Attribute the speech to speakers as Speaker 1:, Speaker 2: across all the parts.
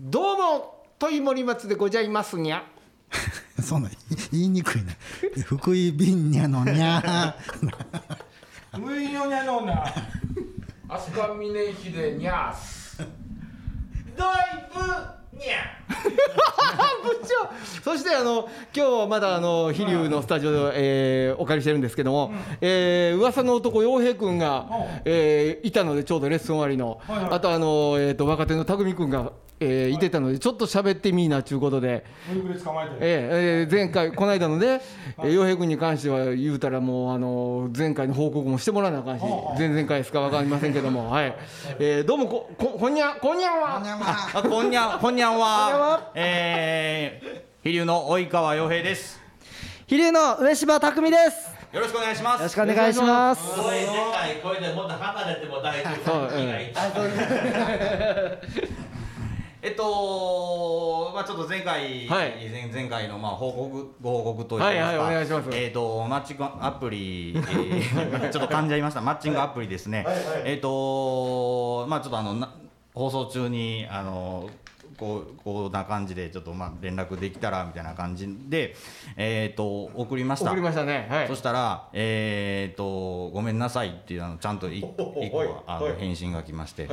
Speaker 1: どうも、とい森松でございますにゃ。
Speaker 2: そんな言いにくいな福井便にゃの にゃ
Speaker 3: 無意のにゃのな。アスカミネヒデニャース。ドイブニャ。
Speaker 1: 部長そしてあの今日はまだあの飛龍のスタジオで、えーお借りしてるんですけども、えー噂の男陽平君が
Speaker 3: うん、
Speaker 1: えーいたのでちょうどレッスン終わりの、
Speaker 3: はいはい
Speaker 1: あとあの、えー、と若手の匠君が、えーいてたのでちょっと喋ってみいなちゅうことで、
Speaker 3: ブリブリ捕まえてる。
Speaker 1: えーえー前回この間のねえー洋平君に関しては言うたらもうあの前回の報告もしてもらわなあかんし
Speaker 3: ほうほう
Speaker 1: 前々回ですか分かりませんけどもはい、えーどうもこここんにゃんこんにゃんは
Speaker 2: は
Speaker 4: あこんにゃんこんにゃん
Speaker 1: こんにゃん
Speaker 4: は
Speaker 1: は
Speaker 4: えー、飛龍の及川洋平です
Speaker 5: 飛龍の上柴匠です。
Speaker 4: よ
Speaker 5: よ
Speaker 4: ろしくお願いします
Speaker 5: ろしくお願いします。
Speaker 6: 声でかい声でもっと離れても大丈夫
Speaker 1: はい
Speaker 6: が一番
Speaker 4: えっと、まあ、ちょっと前回、
Speaker 1: はい
Speaker 4: 前前回のまあ報告ご報告といいますか、
Speaker 1: はいはいお願いします
Speaker 4: えっとマッチングアプリ、えー ちょっと噛んじゃいましたマッチングアプリですね、えっとまあちょっとあのな放送中にあのこうこんな感じでちょっとまあ連絡できたらみたいな感じでえっと送りました
Speaker 1: 送りましたねはい
Speaker 4: そしたら、えー、とごめんなさいっていうあのちゃんとい一個はあの返信が来まして、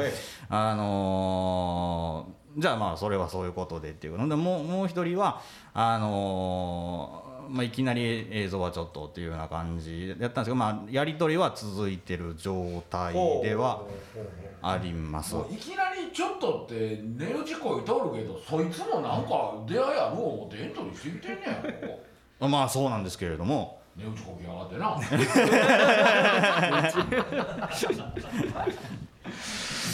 Speaker 4: あのーじゃあまあそれはそういうことでっていうのでもうもう一人はあのーまあ、いきなり映像はちょっとっていうような感じやったんですけど、まあ、やり取りは続いてる状態ではあります。
Speaker 3: もういきなりちょっとって寝る事故いたおるけどそいつもなんか出会いある思ってエントリーしてきてんねやろ
Speaker 4: まあそうなんですけれども、
Speaker 3: 寝る事故来やがってな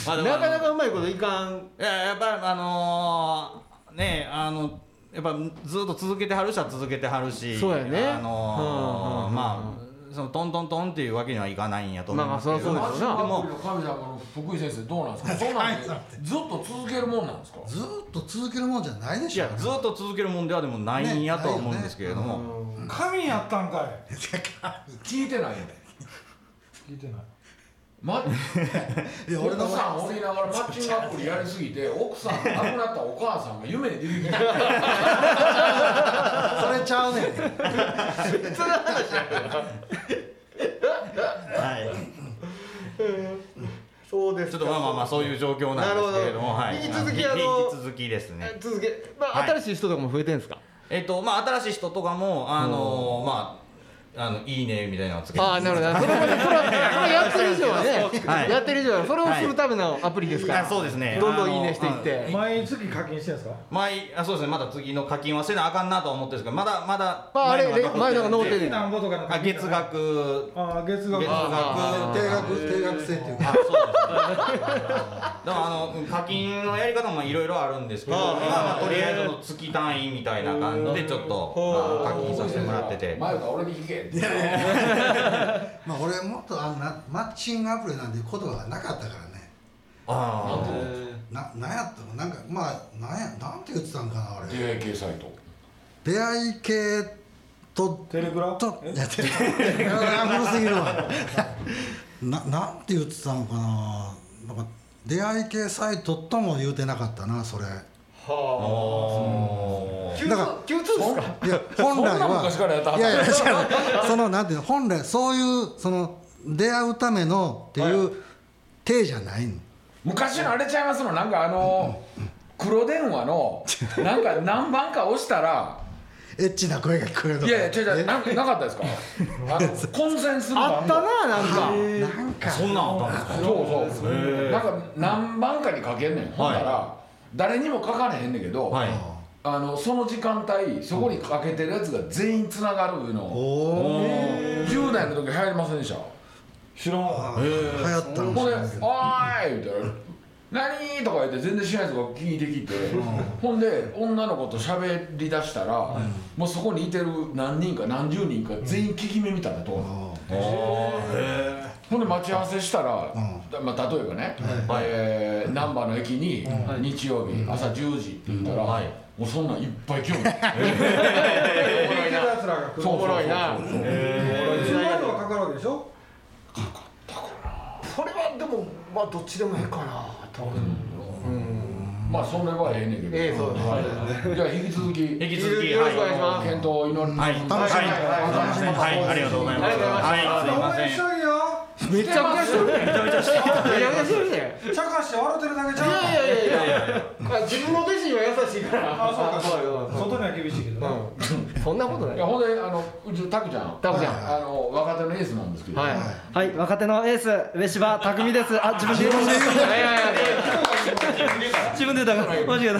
Speaker 4: まあでも
Speaker 1: なかなかうまいこといかん
Speaker 4: いややっぱりあのーねあのやっぱずっと続けてはる人は続けてはるし
Speaker 1: そうやね
Speaker 4: あのー
Speaker 1: うんうんうんうん
Speaker 4: まあそのトントントンっていうわけにはいかないんやと思いますけど、
Speaker 1: まあまあそりゃ
Speaker 3: ア
Speaker 1: そ
Speaker 4: で
Speaker 3: プ
Speaker 4: も
Speaker 3: リの神様の福井先生どうなんですかそんなんでずっと続けるもんなんですか
Speaker 2: ずーっと続けるもんじゃないで
Speaker 4: い
Speaker 2: しょ
Speaker 4: やずっと続けるもんではでもないんやとは思うんですけれども、
Speaker 7: 神やったんかい
Speaker 3: 聞いてないよ
Speaker 7: 聞いてない
Speaker 3: ま
Speaker 2: いや俺
Speaker 3: 奥
Speaker 2: の
Speaker 3: さんおりながらマッチングアプリやりすぎて奥さん亡くなったお母さんが夢に出てきて
Speaker 2: それちゃうねん
Speaker 4: はい、
Speaker 1: そうです
Speaker 4: ちょっとまあまあまあそういう状況なんですけれども
Speaker 1: なるほど
Speaker 4: はい、
Speaker 1: 引き続き
Speaker 4: あの
Speaker 1: あの
Speaker 4: 引き続きですね
Speaker 1: 続け、まあ
Speaker 4: はい
Speaker 1: 新しい人とかも増えてるんですか
Speaker 4: えっとまあ新しい人とかもあのーまああのいいねみたいなのをつけて
Speaker 1: ああなるほどそれもそれはそれやってる以上はね、
Speaker 4: はい
Speaker 1: やってる以上はそれをするためのアプリですから、
Speaker 4: あそうですね
Speaker 1: どんどんいいねしていっ
Speaker 4: あの
Speaker 1: て
Speaker 7: 毎月課金してんすか
Speaker 4: 前あそうですねまだ次の課金はせなあかんなとは思ってるんですけどまだまだ
Speaker 1: まああれ
Speaker 4: 前のが残って
Speaker 1: 前のが残ってる
Speaker 4: るんで
Speaker 7: 月何個とかの
Speaker 4: あ月額
Speaker 7: あ月額
Speaker 4: 月
Speaker 1: あ
Speaker 4: 額
Speaker 2: 定額定額制っていうか
Speaker 4: あそうですねでもあの課金のやり方もいろいろあるんですけどまあまあとりあえずの月単位みたいな感じでちょっとあの課金させてもらってて
Speaker 3: 前から俺に聞けって
Speaker 2: まあ俺もっとあのなマッチングアプリなんていう言葉がなかったからね
Speaker 4: あー
Speaker 2: ななんやったのなんかまあなんやなんて言ってたんかな俺
Speaker 3: 出会い系サイト
Speaker 2: 出会い系と
Speaker 7: テレグラ
Speaker 2: といやテレテレグラが古すぎる わな なんて言ってたのかななんか出会い系サイトとも言うてなかったなそれ
Speaker 4: おー
Speaker 1: 急
Speaker 2: だから
Speaker 1: 通急通ですか
Speaker 2: いや本来
Speaker 3: そんな昔からやった
Speaker 2: はいやいや違うそのなんていうの本来そういうその出会うためのっていう体じゃないの
Speaker 3: 昔のあれちゃいますのなんかあの黒電話のなんか何番か押したら
Speaker 2: エッチな声が聞こえると
Speaker 3: い
Speaker 2: か
Speaker 3: やいや違う違
Speaker 2: え
Speaker 3: うななかったですかあの混戦する番号
Speaker 1: あったななんか、
Speaker 2: なんか
Speaker 4: そんなんあったんですか
Speaker 3: そうそうなんか何番かにかけんねんほんなら誰にもかかれへんねんけど
Speaker 4: はい
Speaker 3: あのその時間帯そこにかけてるやつが全員つながるいうのを
Speaker 2: おお
Speaker 3: 10代の時流行りませんでした
Speaker 7: 知らんわ
Speaker 2: 流行ったの
Speaker 3: ほ
Speaker 2: も
Speaker 3: んで
Speaker 2: しれない
Speaker 3: 「
Speaker 2: けど
Speaker 3: おーい!」みたいな「何?」とか言って全然知らないやつが聞いてきてほんで女の子と喋りだしたらもうそこにいてる何人か何十人か全員聞き目みたいなとこほんで待ち合わせしたら、まあ、例えばね、えー難波の駅に日曜日朝10時って言ったら、
Speaker 4: はい
Speaker 3: も うそんなんいっぱい興味
Speaker 7: 聞いてるやつらが来る
Speaker 3: そうおもろいな
Speaker 7: 10万円はかかるわけでしょ
Speaker 1: これはでもまあどっちでもいいかなと、うん
Speaker 3: まあそれはええねんけど、
Speaker 1: ええそうです
Speaker 3: はいじゃあ引き続き
Speaker 4: 引き続き
Speaker 1: よろしくお願いします
Speaker 3: あの検討を祈り
Speaker 4: はい、はい、
Speaker 2: 楽しみ
Speaker 4: はい、はいありがとうございます。
Speaker 1: ありがとうございま
Speaker 4: はい、すいません。
Speaker 7: 応援しとるよ
Speaker 1: めちゃくちゃしてるねめちゃめちゃしてるね
Speaker 7: ちゃかして笑ってるだけち
Speaker 1: い
Speaker 7: ゃう
Speaker 1: やいやいやいやいや自分の弟子には優しいから
Speaker 7: あそうか
Speaker 1: そうそう
Speaker 7: 外には厳しいけどね
Speaker 1: うんそんなことないい
Speaker 3: やほんであのうちのタクちゃん
Speaker 1: タクちゃん
Speaker 3: あの若手のエースなんですけど、
Speaker 1: はい
Speaker 5: はい、若手のエース、上柴匠です。あ、自分で言う
Speaker 1: はいはい
Speaker 5: 自分で言ったから、間違えた。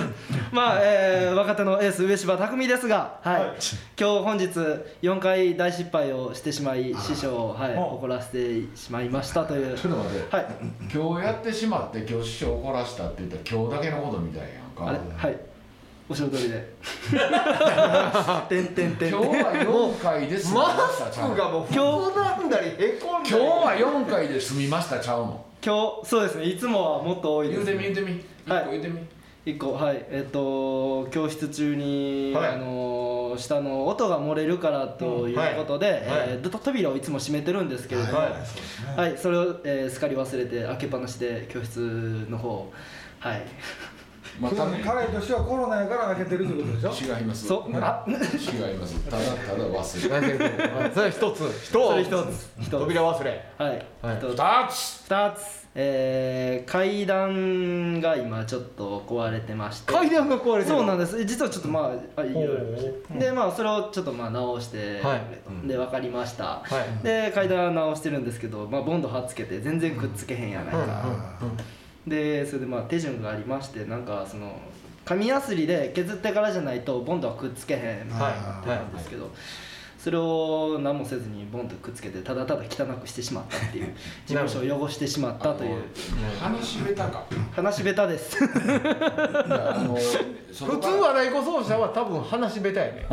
Speaker 5: まあ、えー、若手のエース、上柴匠ですが、はい、今日本日、4回大失敗をしてしまい、師匠を、はい、怒らせてしまいましたという。
Speaker 3: ちょっと待って
Speaker 5: はい、
Speaker 3: 今日やってしまって今日師匠怒らしたって言ったら今日だけのことみたいやんか
Speaker 5: あれ、はい、おっしゃる通りで。てんてんてん
Speaker 3: 今
Speaker 5: てん。
Speaker 3: 日は4回で済みま
Speaker 1: マ
Speaker 3: した
Speaker 1: ス
Speaker 3: ちゃう
Speaker 1: ク
Speaker 3: の
Speaker 1: がもう膨らんだりへこんだり
Speaker 3: 今日は4回で済みましたちゃうの
Speaker 5: 今日、そうですね、いつもはもっと多いで
Speaker 3: 言う
Speaker 5: す、
Speaker 3: て
Speaker 5: ね
Speaker 3: み。言うてみ
Speaker 5: は
Speaker 3: 1
Speaker 5: い
Speaker 3: 個言うてみ、
Speaker 5: 一個はいえっ、と教室中に、
Speaker 1: はい
Speaker 5: あのー下の音が漏れるからということで、えー扉をいつも閉めてるんですけれども、はいそれを、えーすっかり忘れて開けっぱなしで教室の方はい
Speaker 3: まあただ
Speaker 7: 彼としてはコロナやから開けてるってことでしょ
Speaker 3: 違います
Speaker 5: そあ
Speaker 3: 違いますただただ忘 れる
Speaker 1: それ一つ一
Speaker 5: それ一つ一つ
Speaker 1: 扉忘れ
Speaker 5: はい、
Speaker 1: はい
Speaker 5: 一つ
Speaker 3: 2つ
Speaker 5: 二つ、えー階段が今ちょっと壊れてまして
Speaker 1: 階段が壊れてる
Speaker 5: そうなんです実はちょっとまああいろいろありまし
Speaker 1: ほ
Speaker 5: たでまあそれをちょっとまあ直して、
Speaker 1: はい
Speaker 5: で分かりました、
Speaker 1: はい
Speaker 5: で階段直してるんですけど、まあ、ボンド貼っつけて全然くっつけへんやないか、でそれでまあ手順がありましてなんかその紙やすりで削ってからじゃないとボンドはくっつけへんみたいなってなんですけど、それを何もせずにボンとくっつけてただただ汚くしてしまった っていう事務所を汚してしまったという
Speaker 3: 話べたか
Speaker 5: 話下手です
Speaker 3: いやあのそ
Speaker 1: 普
Speaker 3: の
Speaker 1: 通笑い子奏者は多分話べたいね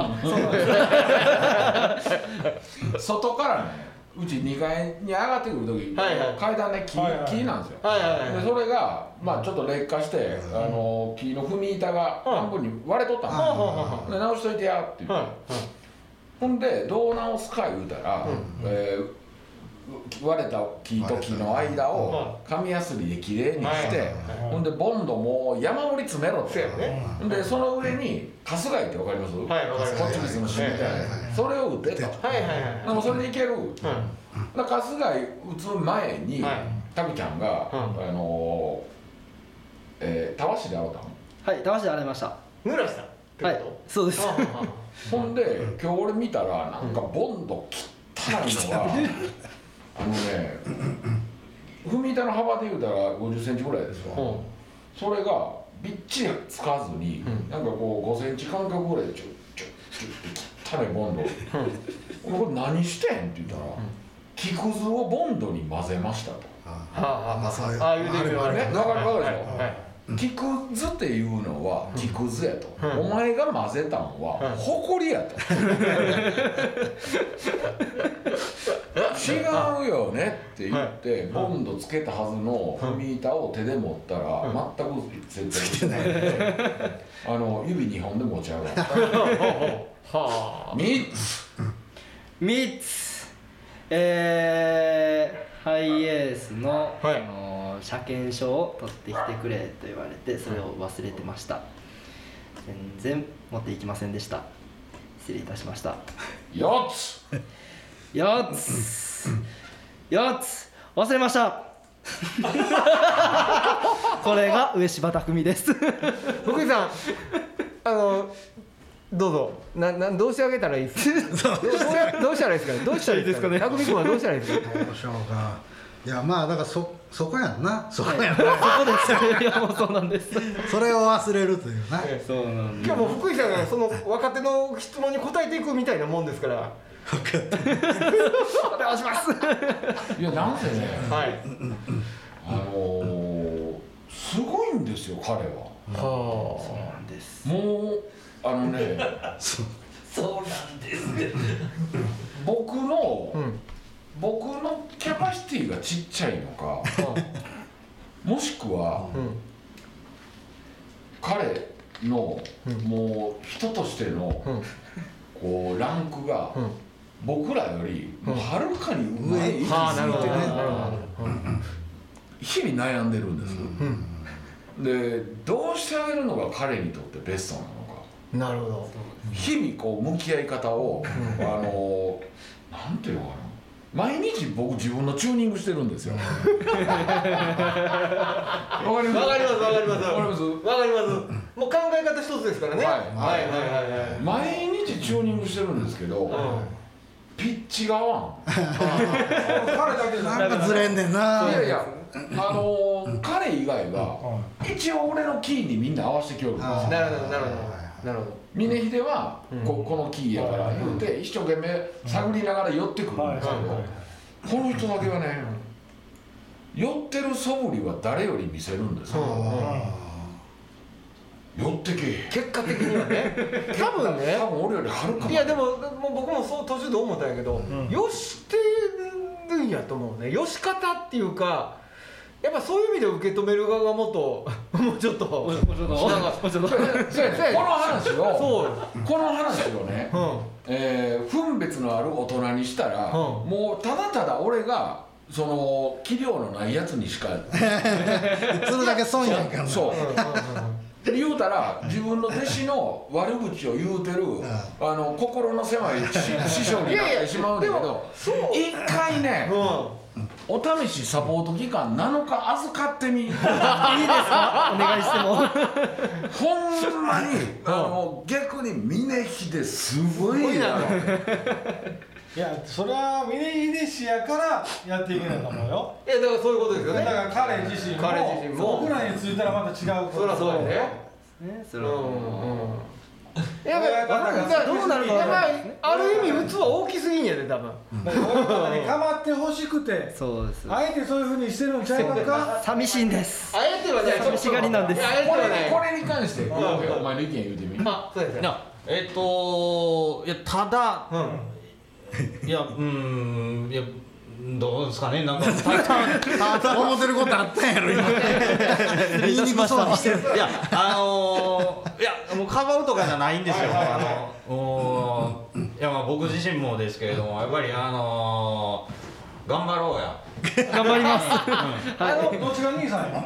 Speaker 3: 外からねうち2階に上がってくる時、
Speaker 1: はいはい
Speaker 3: 階段ね木,、
Speaker 7: はいはい
Speaker 3: 木なんですよ、
Speaker 1: はいはいはい
Speaker 3: でそれが、まあ、ちょっと劣化して、あの木の踏み板が
Speaker 1: うん
Speaker 3: 半分に割れとった
Speaker 1: はあは
Speaker 3: の、
Speaker 1: あは
Speaker 3: で直しといてやって言っ
Speaker 1: あ
Speaker 3: て、
Speaker 1: はい
Speaker 3: ほんでどう直すか言うたら、えー割れた木と木の間を紙やすりできれいにして、
Speaker 2: はい
Speaker 3: ほんでボンドもう山盛り詰めろっ
Speaker 1: そう
Speaker 3: て
Speaker 1: や、ね
Speaker 3: ほんでその上に春日井ってわかります、
Speaker 1: はいわかります
Speaker 3: こっちに住む市みたいな、
Speaker 1: はい
Speaker 3: それを打てと。
Speaker 1: はいはいはい
Speaker 3: でもそれでいける、
Speaker 1: は
Speaker 3: だから春日井打つ前に、
Speaker 1: はい
Speaker 3: タミちゃんが、
Speaker 1: うん
Speaker 3: あのーえー、たわしで会うたの
Speaker 5: はい騙して荒れました
Speaker 1: い濡らしたって
Speaker 5: はい
Speaker 1: こ
Speaker 5: そうです
Speaker 1: とあああ
Speaker 3: ほんで今日俺見たらなんかボンド汚いのが、あのね踏み板の幅で言うたら5 0ンチぐらいです
Speaker 1: あう
Speaker 3: よ、
Speaker 1: ん
Speaker 3: それがびっちりつかずに、
Speaker 1: うん
Speaker 3: なんかこう5センチ間隔ぐらいでちょちょちょって汚いボンド、これ何してんって言ったら、木くずをボンドに混ぜましたと。
Speaker 1: はあはあ
Speaker 2: そういう
Speaker 1: ああ言うてみるよあれ
Speaker 3: ね、わかるわかるでしょ、
Speaker 1: はい
Speaker 3: 木くずっていうのは木くずやと、
Speaker 1: うん
Speaker 3: お前が混ぜたん
Speaker 1: うん
Speaker 3: はほこりや と、違うよねって言って、ボンドつけたはずの踏み板を手で持ったら、全くつけてないあの指2本で持ち上がる
Speaker 1: はあ
Speaker 3: 3つ
Speaker 5: 3つえー、ハイエースの、
Speaker 1: はい
Speaker 5: あのー車検証を取ってきてくれと言われてそれを忘れてました全然持っていきませんでした失礼いたしました
Speaker 3: 4つ
Speaker 5: 4つ4つ忘れました これが上柴匠です
Speaker 1: 福井さんあのどうぞななどうしてあげたらいいですかどうどうしたどうしたらいいですかねどうしたらいいですかね匠君はどうしたらいいですか
Speaker 2: どうしようかいやまあだからそそこやんなそこやん
Speaker 5: そこですいやもうそうなんです
Speaker 2: それを忘れるというな
Speaker 5: そうなん
Speaker 1: 今日もう福井さんがその若手の質問に答えていくみたいなもんですから
Speaker 5: お願いします
Speaker 3: いやなんせね、
Speaker 1: はい
Speaker 3: あのーすごいんですよ彼は。
Speaker 1: は
Speaker 5: なんです
Speaker 3: もうあの ね
Speaker 6: そうなんですね。
Speaker 3: 僕の、
Speaker 1: あうん
Speaker 3: 僕のキャパシティがちっちゃいのかもしくは
Speaker 1: うん
Speaker 3: 彼の、もう人としての、
Speaker 1: うん
Speaker 3: こうランクが、
Speaker 1: うん
Speaker 3: 僕らよりもうはるかに上に位置
Speaker 1: はあな
Speaker 3: づ
Speaker 1: る
Speaker 3: い
Speaker 1: ほ
Speaker 3: て
Speaker 1: ど
Speaker 3: る
Speaker 1: ね
Speaker 3: のが日々悩んでるんです、
Speaker 1: うん
Speaker 3: でどうしてあげるのが彼にとってベストなのか
Speaker 1: なるほど
Speaker 3: 日々こう向き合い方をあのなんていうのかな毎日僕自分のチューニングしてるんですよ。わかりわかります
Speaker 1: わかりますわかりますわかりますもう考え方一つですからね
Speaker 3: はい
Speaker 1: はいはいはいはい
Speaker 3: 毎日チューニングしてるんですけど、ピッチが合わ
Speaker 7: 彼だけじゃ
Speaker 2: なんかずれんねん
Speaker 3: ん
Speaker 2: ない
Speaker 3: やいやあのー彼以外は一応俺のキーにみんな合わせてきよるんですよ
Speaker 2: あ
Speaker 1: なるほどなるほどなるほど
Speaker 3: 峰秀はここのキーやから
Speaker 7: はい
Speaker 3: 言うて一生懸命探りながら寄ってくるんです
Speaker 7: はいはい
Speaker 3: けどこの人だけはね寄ってる素振りは誰より見せるんですよ寄ってけえ
Speaker 1: 結果的にはね多分ね
Speaker 3: 多分俺よりはるか
Speaker 1: いやでももう僕もそう途中で思ったんやけど、よしてるんやと思うねよし方っていうかやっぱそういう意味で受け止める側がもっと もうちょっと
Speaker 5: もうちょっと
Speaker 1: なんか
Speaker 5: もうちょっと
Speaker 3: そうやこの話
Speaker 1: そう
Speaker 3: をこの話をね
Speaker 1: うん
Speaker 3: えー分別のある大人にしたら、
Speaker 1: ん
Speaker 3: もうただただ俺がその器量のないやつにしか
Speaker 2: それだけ損やんからな
Speaker 3: そう、
Speaker 1: うんうんうん
Speaker 3: 言うたら自分の弟子の悪口を言うてる、あの心の狭い師師匠になってしまうんだけ
Speaker 1: いやいやで
Speaker 3: ど一回ね、
Speaker 1: う
Speaker 3: お試しサポート期間7日預かってみ
Speaker 5: お願いしても
Speaker 3: ほんまにあの逆に峰秀すごいなって
Speaker 7: いやそれは峰秀氏やからやっていけないと思うよ
Speaker 1: んいやだからそういうことですよ
Speaker 7: だか
Speaker 1: ね
Speaker 7: ら彼自身も
Speaker 1: 彼自身も
Speaker 7: 僕らについたらまた違うこと
Speaker 1: そりゃそうやね
Speaker 5: ねそ
Speaker 1: うん
Speaker 5: れは
Speaker 1: うんうん
Speaker 7: や
Speaker 1: や
Speaker 7: ば
Speaker 1: ば
Speaker 7: い
Speaker 1: い
Speaker 7: どうなるかわ
Speaker 1: や
Speaker 7: か
Speaker 1: ば
Speaker 7: ん
Speaker 1: いある意味器大きすぎんやで多分
Speaker 7: だから俺らに構ってほしくて
Speaker 5: そうです
Speaker 7: あえてそういうふうにしてるんちゃうのか
Speaker 5: 寂しいんです
Speaker 1: あえてはね
Speaker 5: 寂しがりなんです
Speaker 1: いやあえて
Speaker 3: こ
Speaker 1: は
Speaker 3: れこ
Speaker 1: ね
Speaker 3: れに関して、お前の意見言うてみ、
Speaker 1: あそうです
Speaker 4: い
Speaker 1: ね
Speaker 4: やえっ、といやただ
Speaker 1: うん
Speaker 4: いやうーんいやどうですかねなんかた
Speaker 2: あた思ってることあったんやろ今言いにくそうにしてる
Speaker 4: いや、あのー、いや、もうかばうとかじゃないんですよ。あの、おーいや、まあ、僕自身もですけれども、やっぱり、あのー、頑張ろうや。
Speaker 5: 頑張ります
Speaker 7: あのどっちが兄さんや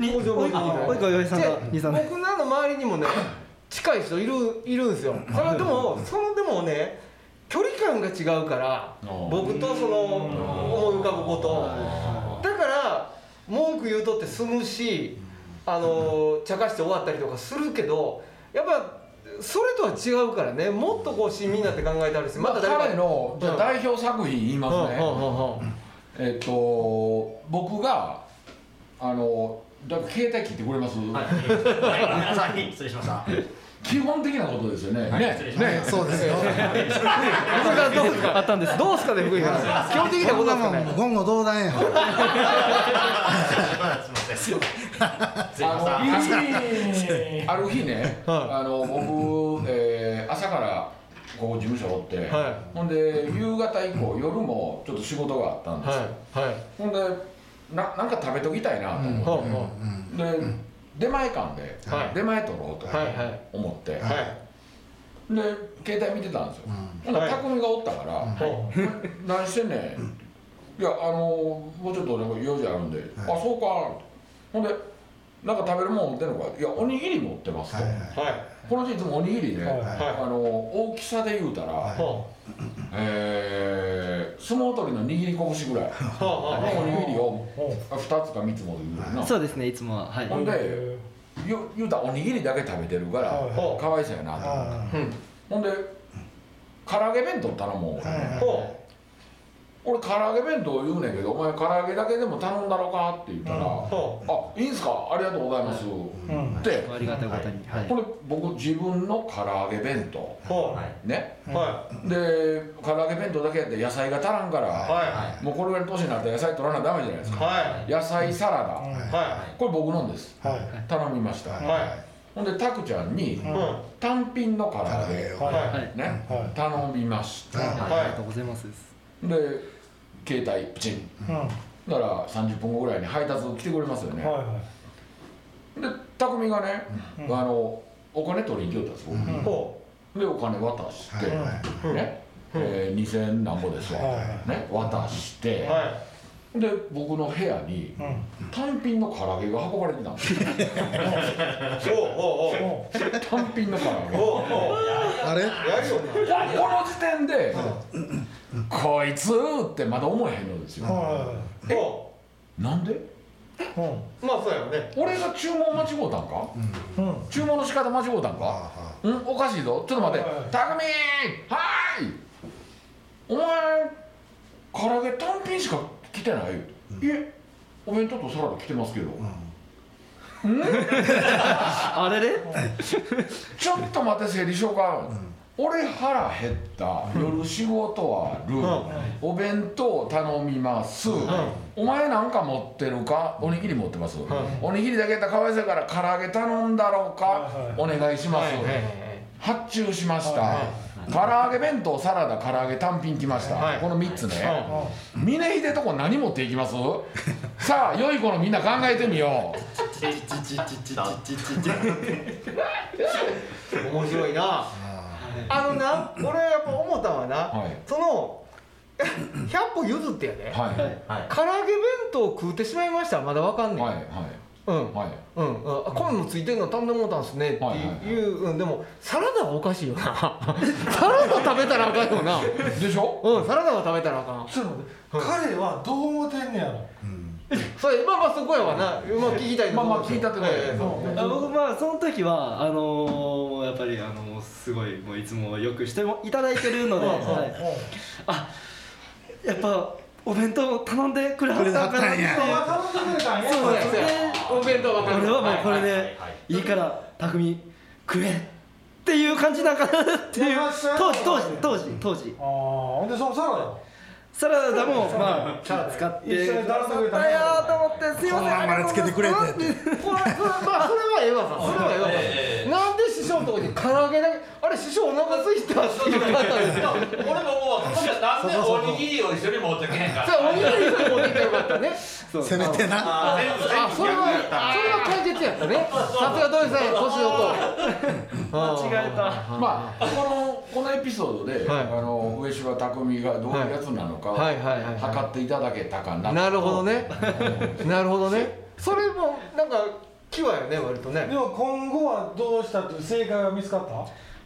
Speaker 5: においおいおいおいさん
Speaker 1: じゃ
Speaker 5: が兄さんが
Speaker 1: 僕らの周りにもね近い人いるいるんですよそれはでもそのでもね距離感が違うから僕とその思い浮かぶことだから文句言うとって済むしあの茶化して終わったりとかするけどやっぱそれとは違うからねもっとこう親身になって考えてあるし
Speaker 3: ま
Speaker 1: また
Speaker 3: た
Speaker 1: 誰か
Speaker 3: 彼のじゃあ代表作品言い
Speaker 1: うん
Speaker 3: ますね、
Speaker 1: うんうんうん
Speaker 3: えっと僕があのだから携帯切ってくれます、
Speaker 4: はい、ごめんなさい、失礼しました。
Speaker 3: 基本的なことですよね、ね
Speaker 4: 失礼しま
Speaker 3: ね
Speaker 2: そうですよ
Speaker 1: 福井さんどうですかあったんですどうですかね福井さん基本的な
Speaker 2: こ
Speaker 1: こ
Speaker 2: ん
Speaker 1: と
Speaker 2: な
Speaker 1: ですか
Speaker 2: も
Speaker 1: ね
Speaker 2: ん言語道断やん
Speaker 4: すいません。
Speaker 3: あの
Speaker 4: すいませ ん。
Speaker 3: ある日ね、
Speaker 1: は
Speaker 3: あの僕、えー朝からここ事務所おって、
Speaker 1: は
Speaker 3: ほんで夕方以降夜もちょっと仕事があったんですよ、
Speaker 1: はいはい
Speaker 3: ほんでななんか食べときたいなと思
Speaker 1: ほうほ
Speaker 3: って、で出前館で、
Speaker 1: はい
Speaker 3: 出前取ろうと
Speaker 1: うはいはい
Speaker 3: 思って、
Speaker 1: はい
Speaker 3: で携帯見てたんですよ、ほんなら匠がおったから「
Speaker 1: ほ う
Speaker 3: 何してんねん」いやあのもうちょっと俺用事あるんで「あそうか」ほんで「なんか食べるもん持ってんのか?」「いやおにぎり持ってます」と、
Speaker 1: はい
Speaker 3: この人いつもおにぎりで、
Speaker 7: はい
Speaker 3: あの大きさで言うたら、
Speaker 1: ほ
Speaker 3: えー相撲取りの握り拳ぐらい、
Speaker 1: うほうほう
Speaker 3: のおにぎりを
Speaker 7: ほう
Speaker 3: 2つか3つ持ってくるな、
Speaker 5: そうですねいつもははい
Speaker 3: ほんでよ言うたらおにぎりだけ食べてるから、
Speaker 7: はい
Speaker 1: はい
Speaker 3: かわいそうやなと思って。
Speaker 7: あ
Speaker 3: ほんで唐揚げ弁当頼もう、
Speaker 1: ほ
Speaker 3: 俺唐揚げ弁当言うねんけどお前唐揚げだけでも頼んだろかって言ったら「
Speaker 1: ほ
Speaker 3: あいいんすかありがとうございます」
Speaker 7: ん
Speaker 3: って
Speaker 5: ありがたいことにはい
Speaker 3: これ僕自分の唐揚げ弁当
Speaker 1: うほ
Speaker 3: ね
Speaker 1: うは
Speaker 3: で唐揚げ弁当だけやって野菜が足らんから、
Speaker 1: いは
Speaker 3: もうこれぐらいの年になったら野菜取らなダメじゃないです
Speaker 1: い
Speaker 3: か、
Speaker 1: は
Speaker 3: 野菜サラダ、
Speaker 1: いは
Speaker 3: これ僕のです
Speaker 7: はい
Speaker 3: 頼みました、
Speaker 1: いはい
Speaker 3: ほんでタクちゃんに
Speaker 1: うんは
Speaker 3: 単品の唐揚げ、
Speaker 1: い
Speaker 7: は
Speaker 5: はい
Speaker 3: ね、
Speaker 7: はい
Speaker 3: 頼みました、
Speaker 5: ありがとうございます
Speaker 3: で携帯プチン
Speaker 7: うんは
Speaker 3: だから30分後ぐらいに配達来てくれますよ
Speaker 7: い
Speaker 3: ね、
Speaker 7: は
Speaker 3: で匠がね、あのお金取りに行きよったんですよ、
Speaker 1: ほ
Speaker 3: でお金渡して、
Speaker 2: はい
Speaker 3: ね、えー、2000何ぼですわ、
Speaker 7: はい
Speaker 3: ね渡して、
Speaker 1: うはい
Speaker 3: でで僕の部屋に単品の唐揚げが運ばれてたんですよ
Speaker 1: おうおうおう
Speaker 3: 単品の唐揚げ
Speaker 1: おうおう
Speaker 2: あれ
Speaker 1: やるよ
Speaker 3: この時点で「こいつ!」ってまだ思えへんのですよ、
Speaker 1: なお
Speaker 3: なんで
Speaker 1: うまあそうやろね
Speaker 3: 俺が注文間違うたんか、注文の仕方間違うたんか、うん、おかしいぞちょっと待って「匠はーいお前唐揚げ単品しか来てない?」いえお弁当とサラダ来てますけど」
Speaker 5: あれれ
Speaker 3: ちょっと待って整理しようか、俺腹減った夜仕事ある、お弁当頼みます、お前なんか持ってるかおにぎり持ってます、おにぎりだけやったらかわいそうやから唐揚げ頼んだろうか、お願いします、発注しました、唐揚げ弁当サラダ唐揚げ単品来ました、
Speaker 1: はい
Speaker 3: この3つね、峰秀とこ何持っていきますさあ良い子のみんな考えてみよう
Speaker 1: 面白いなあのな俺やっぱ思ったんはな
Speaker 3: はい
Speaker 1: その100歩譲ってやで
Speaker 3: はいはい
Speaker 1: 唐揚げ弁当食うてしまいましたまだわかんね
Speaker 3: は
Speaker 1: んうん
Speaker 3: いはい
Speaker 1: うんうん、あこういうのついてんの頼んでもうたんすねって
Speaker 3: はいはいはい
Speaker 1: いう、うん、でもサラダはおかしいよな サラダ食べたらあかんよな
Speaker 3: でしょ
Speaker 1: うんサラダは食べたらあかん
Speaker 7: ちょっと待って彼はどう思ってんねやろ
Speaker 1: それまあまあそこやわな、まあ、聞きたい
Speaker 3: まあまあ聞いたって
Speaker 1: と
Speaker 3: こ
Speaker 1: ことと
Speaker 3: やね
Speaker 1: で
Speaker 3: そう
Speaker 5: あ僕まあその時はあのーやっぱりあのすごいもういつもよくしてもいただいてるので、はい、あやっぱお弁当頼んでくれはったんかなっていう
Speaker 7: 人が頼んでくれたんや
Speaker 5: そう
Speaker 1: やそうやお弁当が食べ
Speaker 5: 俺
Speaker 1: る
Speaker 5: はもうこれ
Speaker 6: はいはい
Speaker 5: で
Speaker 6: はい
Speaker 5: いいから匠食えっていう感じなんかなっていう当時当時当時当時
Speaker 7: ああほんでそのサラダよ
Speaker 5: サラダもまあ気使って
Speaker 7: 一緒に頼んでくれたん
Speaker 5: だよーと思ってすいません
Speaker 2: こんなんまでつけてくれて
Speaker 5: ありがとうございます
Speaker 1: これこれまあそれはええわさそれはええわさ、
Speaker 6: ええ
Speaker 1: なんで師匠のとこに唐揚げだけあれ師匠お腹空いたって言ったんですよ
Speaker 6: 俺ももう、なんでおにぎりを一緒に持ってけへんか
Speaker 1: じゃあおにぎり一個持ってきたらよかったね
Speaker 2: せめてな
Speaker 6: あ全部
Speaker 1: あそれはそれは解決やったねさすが土井さんや年をと
Speaker 5: 間違えた
Speaker 3: まあ、このこのエピソードで、
Speaker 1: はい
Speaker 3: あの上島匠がどういうやつなのか、
Speaker 1: はいはいはいはいはい
Speaker 3: 測っていただけたかな
Speaker 1: なるほどねなるほどねそれもなんか際やね割と
Speaker 7: で
Speaker 1: ね
Speaker 7: も今後はどうしたっていう正解が見つかった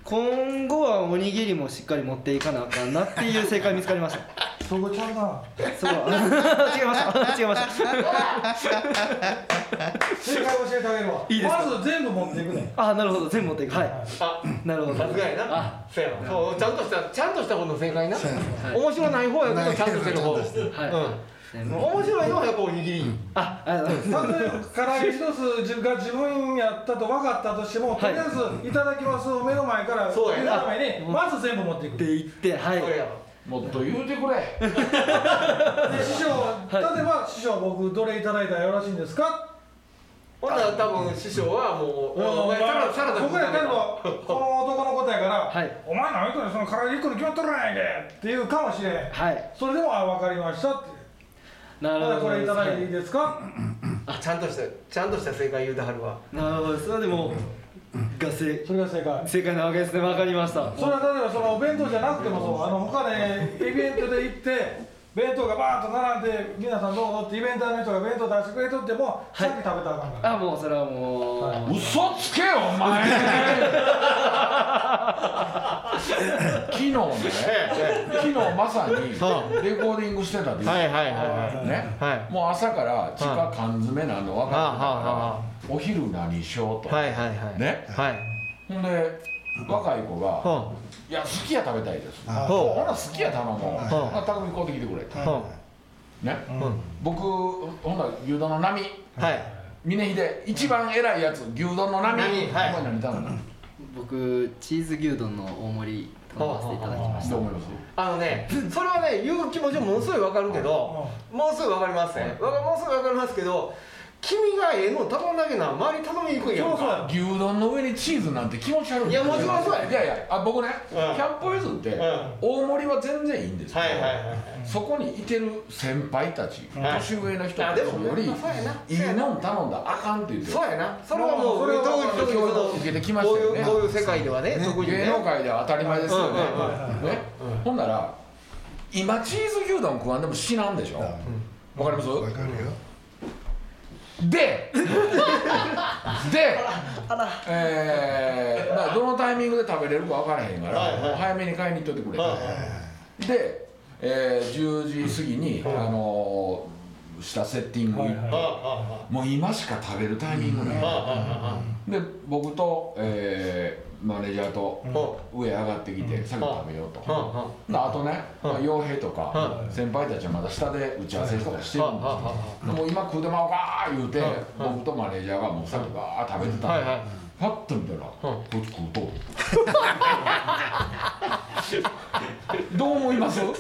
Speaker 5: 今後はおにぎりもしっかり持っていかなあかんなっていう正解見つかりました
Speaker 7: そこちゃうな
Speaker 5: そう 違いました違いました
Speaker 7: 正解教えてあげるわ
Speaker 5: いいですか
Speaker 7: まず全部持っていくねん
Speaker 5: あなるほど全部持っていくはい
Speaker 1: あ
Speaker 5: なるほど
Speaker 1: さすがやな
Speaker 5: あ
Speaker 1: そうやわそうちゃんとしたちゃんとした方の正解な面白ない方やけどちゃんとしてる方
Speaker 5: は
Speaker 1: うん面白いのはやっぱおにぎり
Speaker 5: あありがとうございます
Speaker 7: たとえ唐揚げ一つが自分やったと分かったとしても、とりあえず「いただきます」を目の前から
Speaker 1: そうや
Speaker 7: 目
Speaker 1: な
Speaker 7: の前にまず全部持っていく
Speaker 5: って
Speaker 7: で
Speaker 5: 言っては
Speaker 1: これや
Speaker 5: い
Speaker 1: わ
Speaker 3: もっと言うてくれ
Speaker 7: 師匠例えば「師匠僕どれいただいたらよろしいんですか?
Speaker 1: ほんなら多分師匠はもう」お
Speaker 7: お
Speaker 1: 前
Speaker 7: 前
Speaker 1: サラサラダ
Speaker 7: こ
Speaker 1: 食
Speaker 7: こ
Speaker 1: う
Speaker 7: や
Speaker 1: た
Speaker 7: け
Speaker 1: め
Speaker 7: ど
Speaker 1: だ
Speaker 7: この男のことやから「
Speaker 5: はい
Speaker 7: お前何言うとんねんその唐揚げ一個に決まっとるやないけ」っていうかもしれん
Speaker 5: はい
Speaker 7: それでも「あ分かりました」って「
Speaker 5: な
Speaker 7: た
Speaker 5: る
Speaker 7: だ
Speaker 5: ほ
Speaker 7: こ
Speaker 5: ど
Speaker 7: れいただいていいですか?」
Speaker 1: ちゃんとしたちゃんとした正解言うてはるわ
Speaker 5: なるほどそれでもが正
Speaker 7: それが正解
Speaker 5: 正解なわけですねわかりました
Speaker 7: それは例えばそのお弁当じゃなくてもそうあの他でイベントで行って弁当がバーッと並んで皆さんどうぞってイベントの人が弁当出してくれとっても、
Speaker 5: はい
Speaker 7: さっき食べたらあかんから
Speaker 5: あもうそれはもう、
Speaker 3: 嘘つけよお 前昨日ね昨日まさにレコーディングしてたでしょ、
Speaker 1: はいはいはいはい
Speaker 3: ね
Speaker 1: は
Speaker 3: もう朝から地下缶詰なの分かってた
Speaker 1: はあはあはあ
Speaker 3: からお昼何しようと、
Speaker 1: はいはいはい
Speaker 3: ね
Speaker 1: はい
Speaker 3: ほんで若い子が
Speaker 1: ほ
Speaker 3: 「いやすき家食べたいです」
Speaker 1: う
Speaker 3: ほ
Speaker 1: ほ
Speaker 3: ら好きや頼もう、
Speaker 1: は
Speaker 3: あ、匠買うてきてくれって、
Speaker 1: うほ
Speaker 3: ね、
Speaker 1: うん
Speaker 3: 僕ほんなら牛丼の波
Speaker 1: うはい
Speaker 3: 峰秀一番偉いやつ牛丼の波
Speaker 1: 波はい
Speaker 3: お前何頼んだの
Speaker 5: 僕チーズ牛丼の大盛り頼ませていただきまし
Speaker 3: どう思います
Speaker 1: あのね、それはね、言う気持ちもものすごいわかるけど、もうすぐわかりますね。わかもうすぐわかりますけど、君がええの頼んだけな、周り頼みにくいやん
Speaker 7: そうそう
Speaker 1: か。
Speaker 7: や
Speaker 3: 牛丼の上にチーズなんて気持ち悪い
Speaker 1: いやもちろんそうや
Speaker 3: いやいやあ僕ね、
Speaker 1: うん
Speaker 3: 百歩譲って、
Speaker 1: ん
Speaker 3: 大盛りは全然いいんですけど、
Speaker 1: はいはいはい
Speaker 3: そこにいてる先輩たち、
Speaker 1: はい
Speaker 3: 年上の人
Speaker 1: あ
Speaker 3: たち
Speaker 1: で
Speaker 3: よ
Speaker 1: も
Speaker 3: り、
Speaker 1: まあそうやな
Speaker 3: いういの頼んだらあかんって言って
Speaker 1: そうやな、それはもう、
Speaker 7: それは
Speaker 1: どういう
Speaker 7: そ
Speaker 3: れは受けてきましたよね
Speaker 1: こういうこういう世界ではね、特にね。
Speaker 3: 芸能界では当たり前ですよね,、
Speaker 1: うんうん
Speaker 3: ねほんなら今チーズ牛丼食わんでも死なんでしょ、わかります
Speaker 8: わかるよ
Speaker 3: ででえーまあ、どのタイミングで食べれるか分からへんから、早めに買いに行っとってくれ、で、えー10時過ぎに、あのーしたセッティング行って、もう今しか食べるタイミングない、で僕と、えーマネージャーと上上がってきて、さっき食べようと、であとね、まあ、傭兵とか、先輩たちはまだ下で打ち合わせとかしてるんですけど、でもう今食うてまおうかー言うて、僕とマネージャーがもうさっきバーッ食べてたんで、パッと見たら、こいつ食うとるどう思いますどう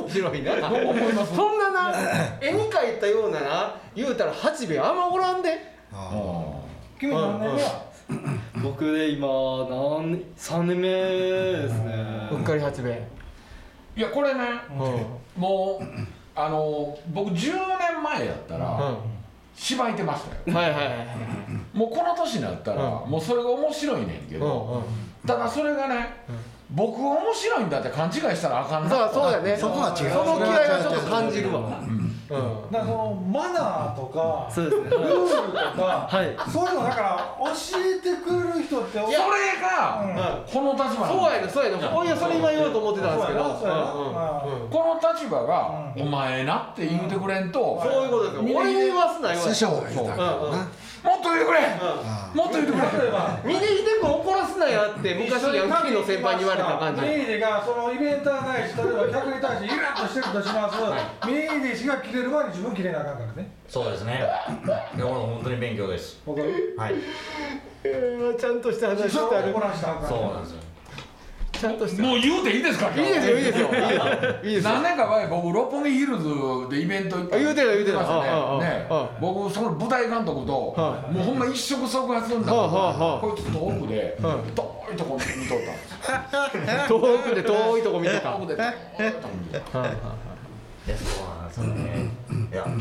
Speaker 1: 面白いな
Speaker 3: 思います
Speaker 1: そんなな絵に描いたようなな言うたら八兵衛あんまおらんで
Speaker 7: 君何年目や
Speaker 5: 僕で今何3年目ですね
Speaker 1: うっかり八兵衛
Speaker 3: いやこれね
Speaker 1: う
Speaker 3: もうあの僕10年前やったらしばいてましたよ
Speaker 1: んはいはいはい
Speaker 3: もうこの年になったら
Speaker 1: う
Speaker 3: もうそれが面白いねんけ
Speaker 1: うんうん
Speaker 3: どただそれがね僕が面白いんだって勘違いしたらあかん
Speaker 1: そう
Speaker 3: な
Speaker 1: そうだね
Speaker 2: そこは違う
Speaker 1: その気合はちょっと感じるわうん
Speaker 7: だからそのマナーとか
Speaker 5: そうですね
Speaker 7: ルールとか、
Speaker 5: はい
Speaker 7: そういうのだから教えてくれる人って
Speaker 3: そ
Speaker 7: い
Speaker 3: れがこの立場なんだ
Speaker 1: そうやねそうやねおいやそれ今言おうと思ってたんですけど
Speaker 7: そうやなそうやな
Speaker 1: うんうんうん
Speaker 3: この立場が「お前な」って言うてくれんと
Speaker 1: そういうことですよ俺に言わすなよ
Speaker 2: 師匠がいたからな
Speaker 3: もっと言ってくれもっと言ってくれ
Speaker 7: 例えば
Speaker 1: 峰秀君怒らすなよって昔ヤンキーの先輩に言われた感じ
Speaker 7: ミーディがそのイベントがないし例えば客に対してイラッとしてるとしますミーディ氏が切れる前に自分切れなあかんからね
Speaker 6: そうですね。いや、本当に勉強です。
Speaker 7: 僕は
Speaker 6: はい。
Speaker 1: ちゃんとした話
Speaker 7: ちょっ
Speaker 1: して
Speaker 7: と
Speaker 1: ある
Speaker 7: 怒らしたらあかん
Speaker 6: そうなんですよ。
Speaker 1: ちゃんとした
Speaker 3: もう言うていいですか今日
Speaker 1: いいですよいいですよいいですよいいですよ
Speaker 3: 何年か前僕六本木ヒルズでイベント行っ
Speaker 1: あ言うてた言うてた
Speaker 3: ましたね
Speaker 1: あああ
Speaker 3: ね
Speaker 1: あ
Speaker 3: 僕その舞台監督ともう
Speaker 1: は
Speaker 3: ほんま一触即発になっ
Speaker 1: はあはあ
Speaker 3: こいつ遠くで
Speaker 1: は
Speaker 3: 遠いとこ見とったんです
Speaker 1: 遠くで遠いとこ見てた
Speaker 3: 遠くで遠いとこ見てた
Speaker 6: いや、そうなんですよね。いや、はい。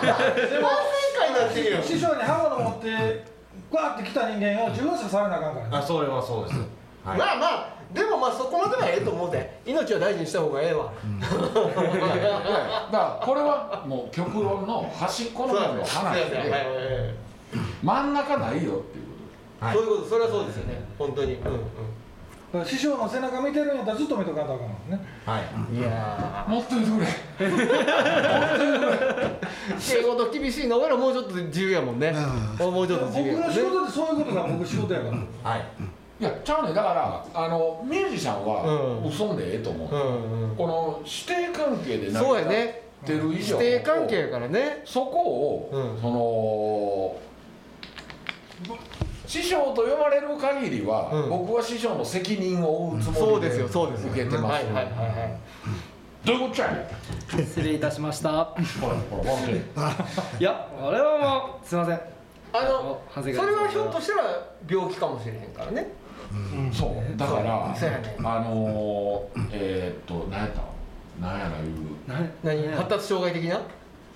Speaker 1: になってるよ
Speaker 7: 師匠に刃物持ってガーって来た人間を自分刺されなあかんからね
Speaker 6: あ、それはそうです。はい。
Speaker 1: まあまあでもまあそこまではええと思うで命は大事にした方がええわ
Speaker 3: いやいやいやだからこれはもう極論の端っこの方の話
Speaker 1: そうですねはい
Speaker 3: で
Speaker 1: はいはい
Speaker 3: 真ん中ないよっていうこ
Speaker 6: はい
Speaker 1: そういうことそれはそうですよね本当にうん
Speaker 7: だから師匠の背中見てるんやったらずっと見とかんとあかんもんね
Speaker 6: はい。
Speaker 1: うんいや
Speaker 3: ともっと言ってくれ
Speaker 1: 仕事厳しいの俺らもうちょっと自由やもんねもうちょっと自由
Speaker 7: 僕の仕事ってそういうことが僕仕事やから
Speaker 6: はい。
Speaker 3: いやちゃうねだからあのミュージシャンは
Speaker 1: うん
Speaker 3: 嘘んでええと思う、
Speaker 1: うんうん
Speaker 3: この師弟関係で成
Speaker 1: そうや
Speaker 3: り立っ
Speaker 1: ね
Speaker 3: てる以
Speaker 1: 指
Speaker 3: 上
Speaker 1: 定関係やからね
Speaker 3: そこを、
Speaker 1: うん
Speaker 3: その師匠と呼ばれる限りは、
Speaker 1: うん
Speaker 3: 僕は師匠の責任を負うつ
Speaker 1: そ
Speaker 3: も
Speaker 1: う
Speaker 3: り
Speaker 1: で
Speaker 3: です
Speaker 1: よそうですよ
Speaker 3: 受けてま
Speaker 1: は
Speaker 3: す
Speaker 1: いはいはいはい
Speaker 3: どういうことやねん
Speaker 5: 失礼いたしました
Speaker 3: ほらほらほら
Speaker 5: いやあれはもうすいません
Speaker 1: あ
Speaker 5: の
Speaker 1: のそ
Speaker 5: 長谷
Speaker 1: れ
Speaker 5: 川
Speaker 1: はひょっとしたら病気かもしれへんからね
Speaker 3: そうだから
Speaker 1: そうやね
Speaker 3: あのー、えー、っと何やった何やら言う
Speaker 5: な
Speaker 1: 何
Speaker 5: ね
Speaker 1: 発達障害的な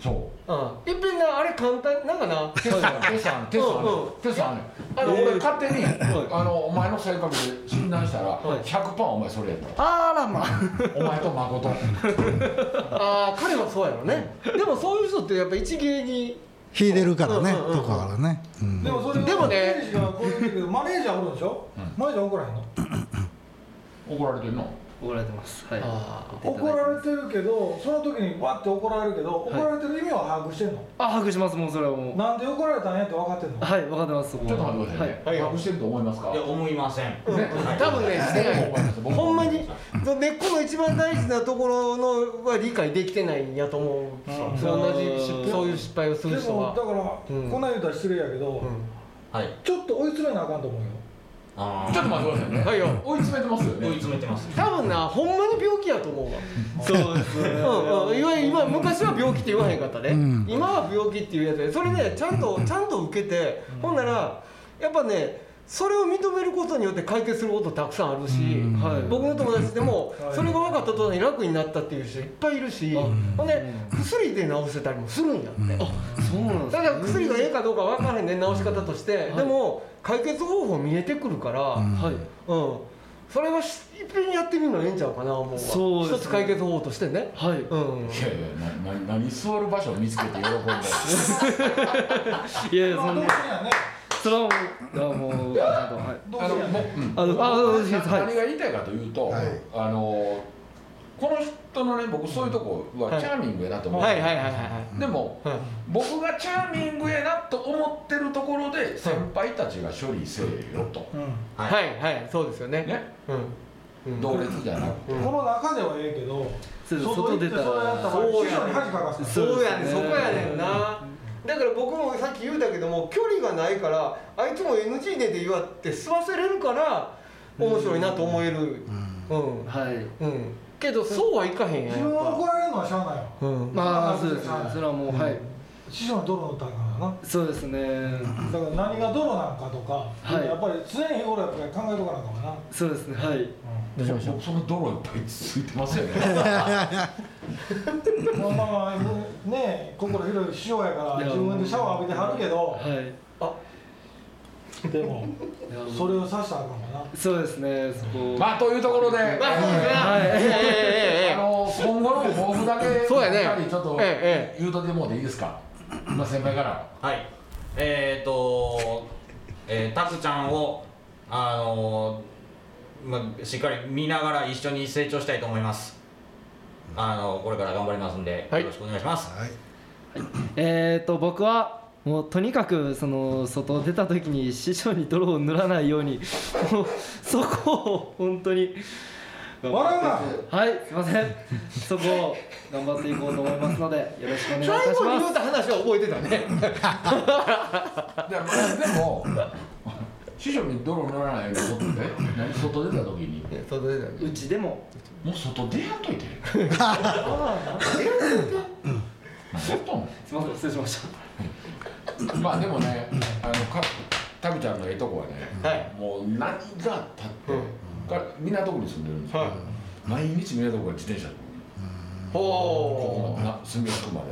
Speaker 3: そう
Speaker 1: うんいっぺんなあれ簡単なんかな
Speaker 3: テ スさん、テスさん、テスさん
Speaker 1: うんうん、
Speaker 3: テスさんね。あの、
Speaker 1: えー
Speaker 3: 俺勝手に、あの、お前の性格で診断したら、
Speaker 1: はい
Speaker 3: 100パーお前それやった
Speaker 5: あらま
Speaker 3: わ。お前と誠。
Speaker 1: ああ彼はそうやろねでもそういう人ってやっぱ一芸に
Speaker 2: 秀でるからね
Speaker 1: うんうんうん
Speaker 2: とこからねうん
Speaker 7: でもそれは
Speaker 1: でもね
Speaker 7: ミーディ氏がこう言うけどマネージャーおるでしょマネージャー怒らへんの
Speaker 3: 怒られてんの。
Speaker 5: 怒られてますはい
Speaker 1: あ
Speaker 7: 怒られてるけどその時にわって怒られるけど怒られてる意味は把握してんの、
Speaker 5: あ把握しますもうそれはもう
Speaker 7: なんで怒られたんやって分かってんの
Speaker 5: はい分かってますそこは
Speaker 3: ちょっと待ってくださいね。
Speaker 1: はい
Speaker 3: 把握してると思いますか。
Speaker 6: いや、思いません。
Speaker 1: うん多分ねしてないほんまに根っこの一番大事なところのは理解できてないんやと思う、
Speaker 7: うん
Speaker 1: そう同じ失そういう失敗をす
Speaker 7: で
Speaker 1: る人
Speaker 7: もだ
Speaker 1: は、
Speaker 7: から、
Speaker 1: うん
Speaker 7: こんなん言うたら失礼やけど、
Speaker 1: う
Speaker 6: はい。
Speaker 7: ちょっと追い詰めなあかんと思うよ
Speaker 6: あ
Speaker 3: ちょっと待ってくださいね
Speaker 1: ん、。はいよ
Speaker 3: 追い詰めてますよ
Speaker 6: 追い
Speaker 3: ね。
Speaker 6: 詰めてます。
Speaker 1: 多分なほんまに病気やと思うわ
Speaker 5: そうですね
Speaker 1: うんうん、いわゆる今昔は病気って言わへんかったね、
Speaker 2: うん
Speaker 1: 今は病気っていうやつでそれねちゃんとちゃんと受けて、ほんならやっぱねそれを認めることによって解決することたくさんあるし、
Speaker 2: うん
Speaker 1: はい僕の友達でも
Speaker 7: はい
Speaker 1: それが分かった途端に楽になったっていう人いっぱいいるし、ほんで薬で治せたりもするんやって、
Speaker 5: そうなんです
Speaker 1: ただから薬がええかどうか分からへんね治し方として、でも解決方法見えてくるから、
Speaker 2: うん
Speaker 5: はい
Speaker 1: うん、それはしいっぺんにやってみるのがええんちゃうかな思うわ
Speaker 5: そうですね
Speaker 1: 一つ解決方法としてね
Speaker 5: はい
Speaker 1: うん
Speaker 3: いやいやなな何座る場所を見つけて喜ん だり
Speaker 5: いやいや
Speaker 7: ま
Speaker 5: そ
Speaker 7: あ
Speaker 5: ん
Speaker 7: どう
Speaker 5: な
Speaker 7: せやね
Speaker 5: それはもうあもうちゃんとはい
Speaker 7: どう
Speaker 3: あの
Speaker 7: せや
Speaker 3: もう
Speaker 7: ね
Speaker 3: うん
Speaker 5: あのあ私ですは
Speaker 3: 何
Speaker 5: い
Speaker 3: が言いたいかというと、
Speaker 2: はい
Speaker 3: あのこの人のね僕そういうとこ
Speaker 1: は
Speaker 3: はいチャーミングやなと思う、
Speaker 1: はいはいはいはいはい
Speaker 3: でも
Speaker 1: うん
Speaker 3: 僕がチャーミングやなと思ってるところで先輩たちが処理せよと、
Speaker 7: うん
Speaker 4: は
Speaker 1: はいはいそうですよね
Speaker 3: ね
Speaker 1: うんうん
Speaker 3: 同列じゃなくて、
Speaker 1: うん
Speaker 7: この中ではええけど
Speaker 5: そうです
Speaker 7: 外行
Speaker 5: 外
Speaker 7: って
Speaker 5: 出
Speaker 7: そ
Speaker 5: た
Speaker 7: れやった
Speaker 5: ら
Speaker 7: ら師匠に恥かかすから
Speaker 1: そうやねんそ
Speaker 5: そうですね
Speaker 1: こやねんなだから僕もさっき言うたけども距離がないからあいつも NG でで言わって済ませれるから面白いなと思える うんうん、
Speaker 5: はい
Speaker 1: けどそうはいかへんやんや
Speaker 7: 自
Speaker 1: っ
Speaker 7: 分を怒
Speaker 1: ぱ
Speaker 7: られるのはしゃあないよ
Speaker 1: うん
Speaker 5: まあそうですねそれはもうはい
Speaker 7: 師匠に泥塗ったんやからな
Speaker 5: そうですね
Speaker 7: だから何が泥なんかとか、
Speaker 5: はい
Speaker 7: やっぱり常日頃やっぱり考えとかなあかんわな、
Speaker 5: そうですねはい
Speaker 3: 僕その泥いっぱいついてますよね
Speaker 7: まあまあまあね心広い師匠やから
Speaker 5: いや
Speaker 7: 自分でシャワー浴びてはるけど
Speaker 5: はい
Speaker 7: でも
Speaker 5: いやもう
Speaker 7: それをさしたらあかんわな
Speaker 5: そうですねそこ
Speaker 3: まあというところで、
Speaker 1: まあそうですね
Speaker 5: はい
Speaker 1: ええええ
Speaker 3: あの今後の抱負だけ
Speaker 1: そうやね
Speaker 3: やっぱりちょっと
Speaker 1: え
Speaker 3: 言うとでもうでいいですか、まあ、先輩から
Speaker 4: はい。えっ、ー、と、えー、タクちゃんを、あのーまあ、しっかり見ながら一緒に成長したいと思います。あのこれから頑張りますんで、
Speaker 1: はい
Speaker 4: よろしくお願いします。
Speaker 2: はい
Speaker 5: えー、と僕はもうとにかくその外出た時に師匠に泥を塗らないようにもうそこを本当に
Speaker 7: 笑うな
Speaker 5: はいすいませんそこを頑張っていこうと思いますのでよろしくお願いいたし
Speaker 1: 最後に
Speaker 5: ま
Speaker 1: 言う
Speaker 5: す
Speaker 1: た話は覚えてたね
Speaker 3: でまあでも師匠に泥塗らないようにとって何外出た時に
Speaker 1: そうだね
Speaker 5: うちでも
Speaker 3: もう外出やんといて何やっとんの
Speaker 5: すいません失礼しました
Speaker 3: まあでもね、あのかタビちゃんのええとこはね、
Speaker 1: はい
Speaker 3: もう何があったって、か港区に住んでるんですけど、
Speaker 1: はい
Speaker 3: 毎日港区が自転車で
Speaker 1: ほ
Speaker 3: ここ
Speaker 1: お
Speaker 3: までな住み着くまで,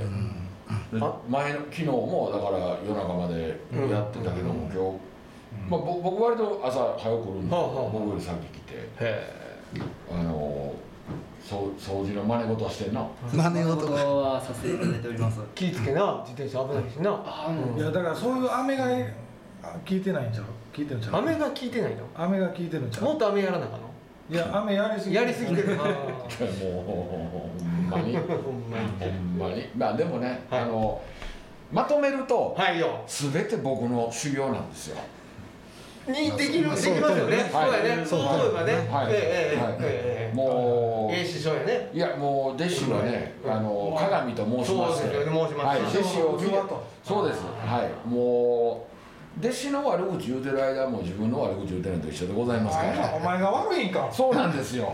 Speaker 3: で、
Speaker 1: あ
Speaker 3: 前の昨日もだから夜中までやってたけども、今日、まあ、ぼ僕割と朝早く来るんで、
Speaker 1: はあはあ
Speaker 3: 僕より先来て
Speaker 1: へ
Speaker 3: あの掃掃除の真似事してんな
Speaker 2: 真似
Speaker 5: 仕
Speaker 2: 事
Speaker 5: 事
Speaker 2: が
Speaker 5: はさせていただいております
Speaker 1: え気ぃつけな自転車危ないしな
Speaker 5: ああもう
Speaker 7: いやだからそういう雨がえあ聞いてないんちゃう聞いてるんちゃう
Speaker 1: 雨が効いてないの
Speaker 7: 雨が聞いてるんちゃ
Speaker 1: も
Speaker 7: う
Speaker 1: っと雨やらなあかんの
Speaker 7: いや雨やりすぎ
Speaker 1: やりすぎてる な
Speaker 3: もうほんまに
Speaker 1: ほんまに
Speaker 3: ほんまにまあでもね、
Speaker 1: はい
Speaker 3: あのまとめると、
Speaker 1: はいよ
Speaker 3: 全て僕の修行なんですよ。
Speaker 1: にできる、
Speaker 2: まあ
Speaker 1: できます
Speaker 3: そう
Speaker 1: よね。そうやね。
Speaker 3: はい
Speaker 1: そう思えば
Speaker 3: はい
Speaker 1: ね。ええ
Speaker 3: はい
Speaker 1: ええええええ
Speaker 3: もう
Speaker 1: ええ師匠やね。
Speaker 3: いやもう弟子はね、あの鏡と申しまして、
Speaker 1: そうですよね申します
Speaker 3: はい、弟子を見て
Speaker 7: 器と、
Speaker 3: そうです、はい、もう弟子の悪口言うてる間も自分の悪口言うてるのと一緒でございますか
Speaker 7: あ
Speaker 3: ら、
Speaker 7: れはお前が悪いんか
Speaker 3: そうなんですよ。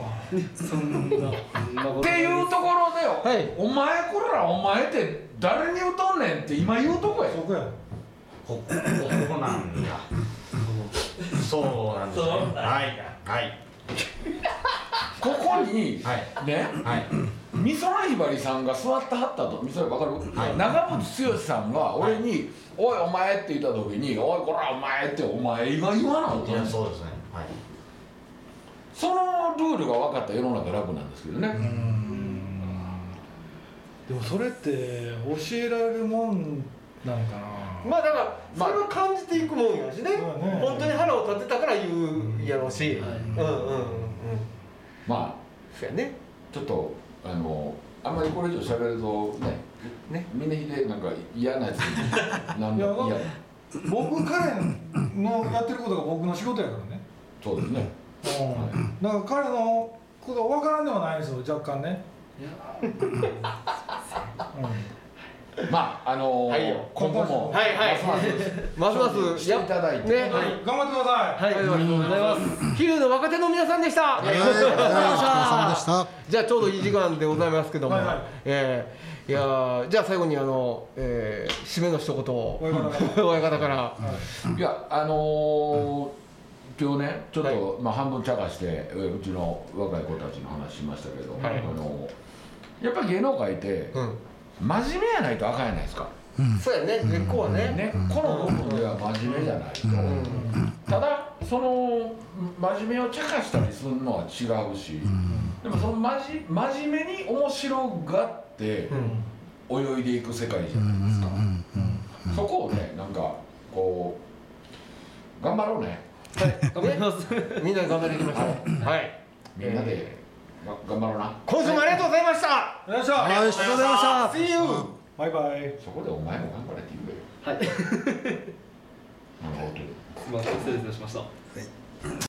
Speaker 5: そんなそんなこと
Speaker 3: っていうところで、
Speaker 1: はい
Speaker 3: お前こらお前って誰に言うとんねんって今言うとこや。
Speaker 7: そこや
Speaker 4: こここなんだ。そうなんです、ね。はいはい
Speaker 3: ここに、
Speaker 4: はい
Speaker 3: ね、
Speaker 4: はい。
Speaker 3: 美空ひばりさんが座ってはったと美空わかる、
Speaker 4: はい
Speaker 3: 長渕剛さんが俺に、おいお前」って言った時に「おいこらお前」ってお前今言わなかっ
Speaker 4: い
Speaker 3: た
Speaker 4: や
Speaker 3: のそ
Speaker 4: そうですね。はい。
Speaker 3: のルールが分かったら世の中楽なんですけどね、
Speaker 7: でもそれって教えられるもんなんかな
Speaker 1: まあだから、
Speaker 3: まあ
Speaker 1: それを感じていくもんやしね。
Speaker 7: そうやね
Speaker 1: 本当に腹を立てたから言うやろうし。
Speaker 5: はい
Speaker 1: うんうんうんうん。
Speaker 3: まあ
Speaker 1: そうやね。
Speaker 3: ちょっとあのあんまりこれ以上喋るとね
Speaker 1: ね
Speaker 3: 峰秀なんか嫌なやつになん
Speaker 7: い
Speaker 3: だ
Speaker 7: や
Speaker 3: いや
Speaker 7: 僕彼のやってることが僕の仕事やからね、
Speaker 3: そうですね
Speaker 7: うん、だから彼のことは分からんでもないんですよ若干ね
Speaker 3: まああのー
Speaker 1: はいよ
Speaker 3: 今後も
Speaker 1: はいはい
Speaker 3: ます
Speaker 1: ます
Speaker 3: ます
Speaker 1: ます、
Speaker 3: していただいて
Speaker 1: ね。
Speaker 7: うん頑張ってください
Speaker 5: はいありがとうございます
Speaker 1: ヒルの若手の皆さんでした。
Speaker 2: はい、お疲れ様でした。
Speaker 1: じゃあちょうどいい時間でございますけども、
Speaker 7: はいはい
Speaker 1: えーいやーじゃあ最後にあの、えー締めの一言を
Speaker 7: 親方か
Speaker 1: 親方から、
Speaker 3: いやあのー今日ねちょっと、まあ、半分茶化してえうちの若い子たちの話しましたけど、
Speaker 1: はい
Speaker 3: あのーやっぱり芸能界って
Speaker 1: うん、
Speaker 3: 真面目やないとあかんやないですか、
Speaker 1: そうやね根っこはね
Speaker 3: ね、この部分では真面目じゃないと、
Speaker 1: うん
Speaker 3: ただその真面目を茶化したりするのは違うし、でもその真じ真面目に面白がって泳いでいく世界じゃないですか、そこをねなんかこう頑張ろうね
Speaker 5: 頑張ります
Speaker 1: みんなで頑張っていきましょ うはい
Speaker 3: みんなで、が頑張ろうな
Speaker 1: 今週もありがとうございました、
Speaker 7: よいしょ
Speaker 2: はいありがとうございました。
Speaker 1: See you
Speaker 7: バイバイ
Speaker 3: そこでお前も頑張れって言うよ
Speaker 5: はいす
Speaker 3: なんか本当に
Speaker 5: いません失礼いたしました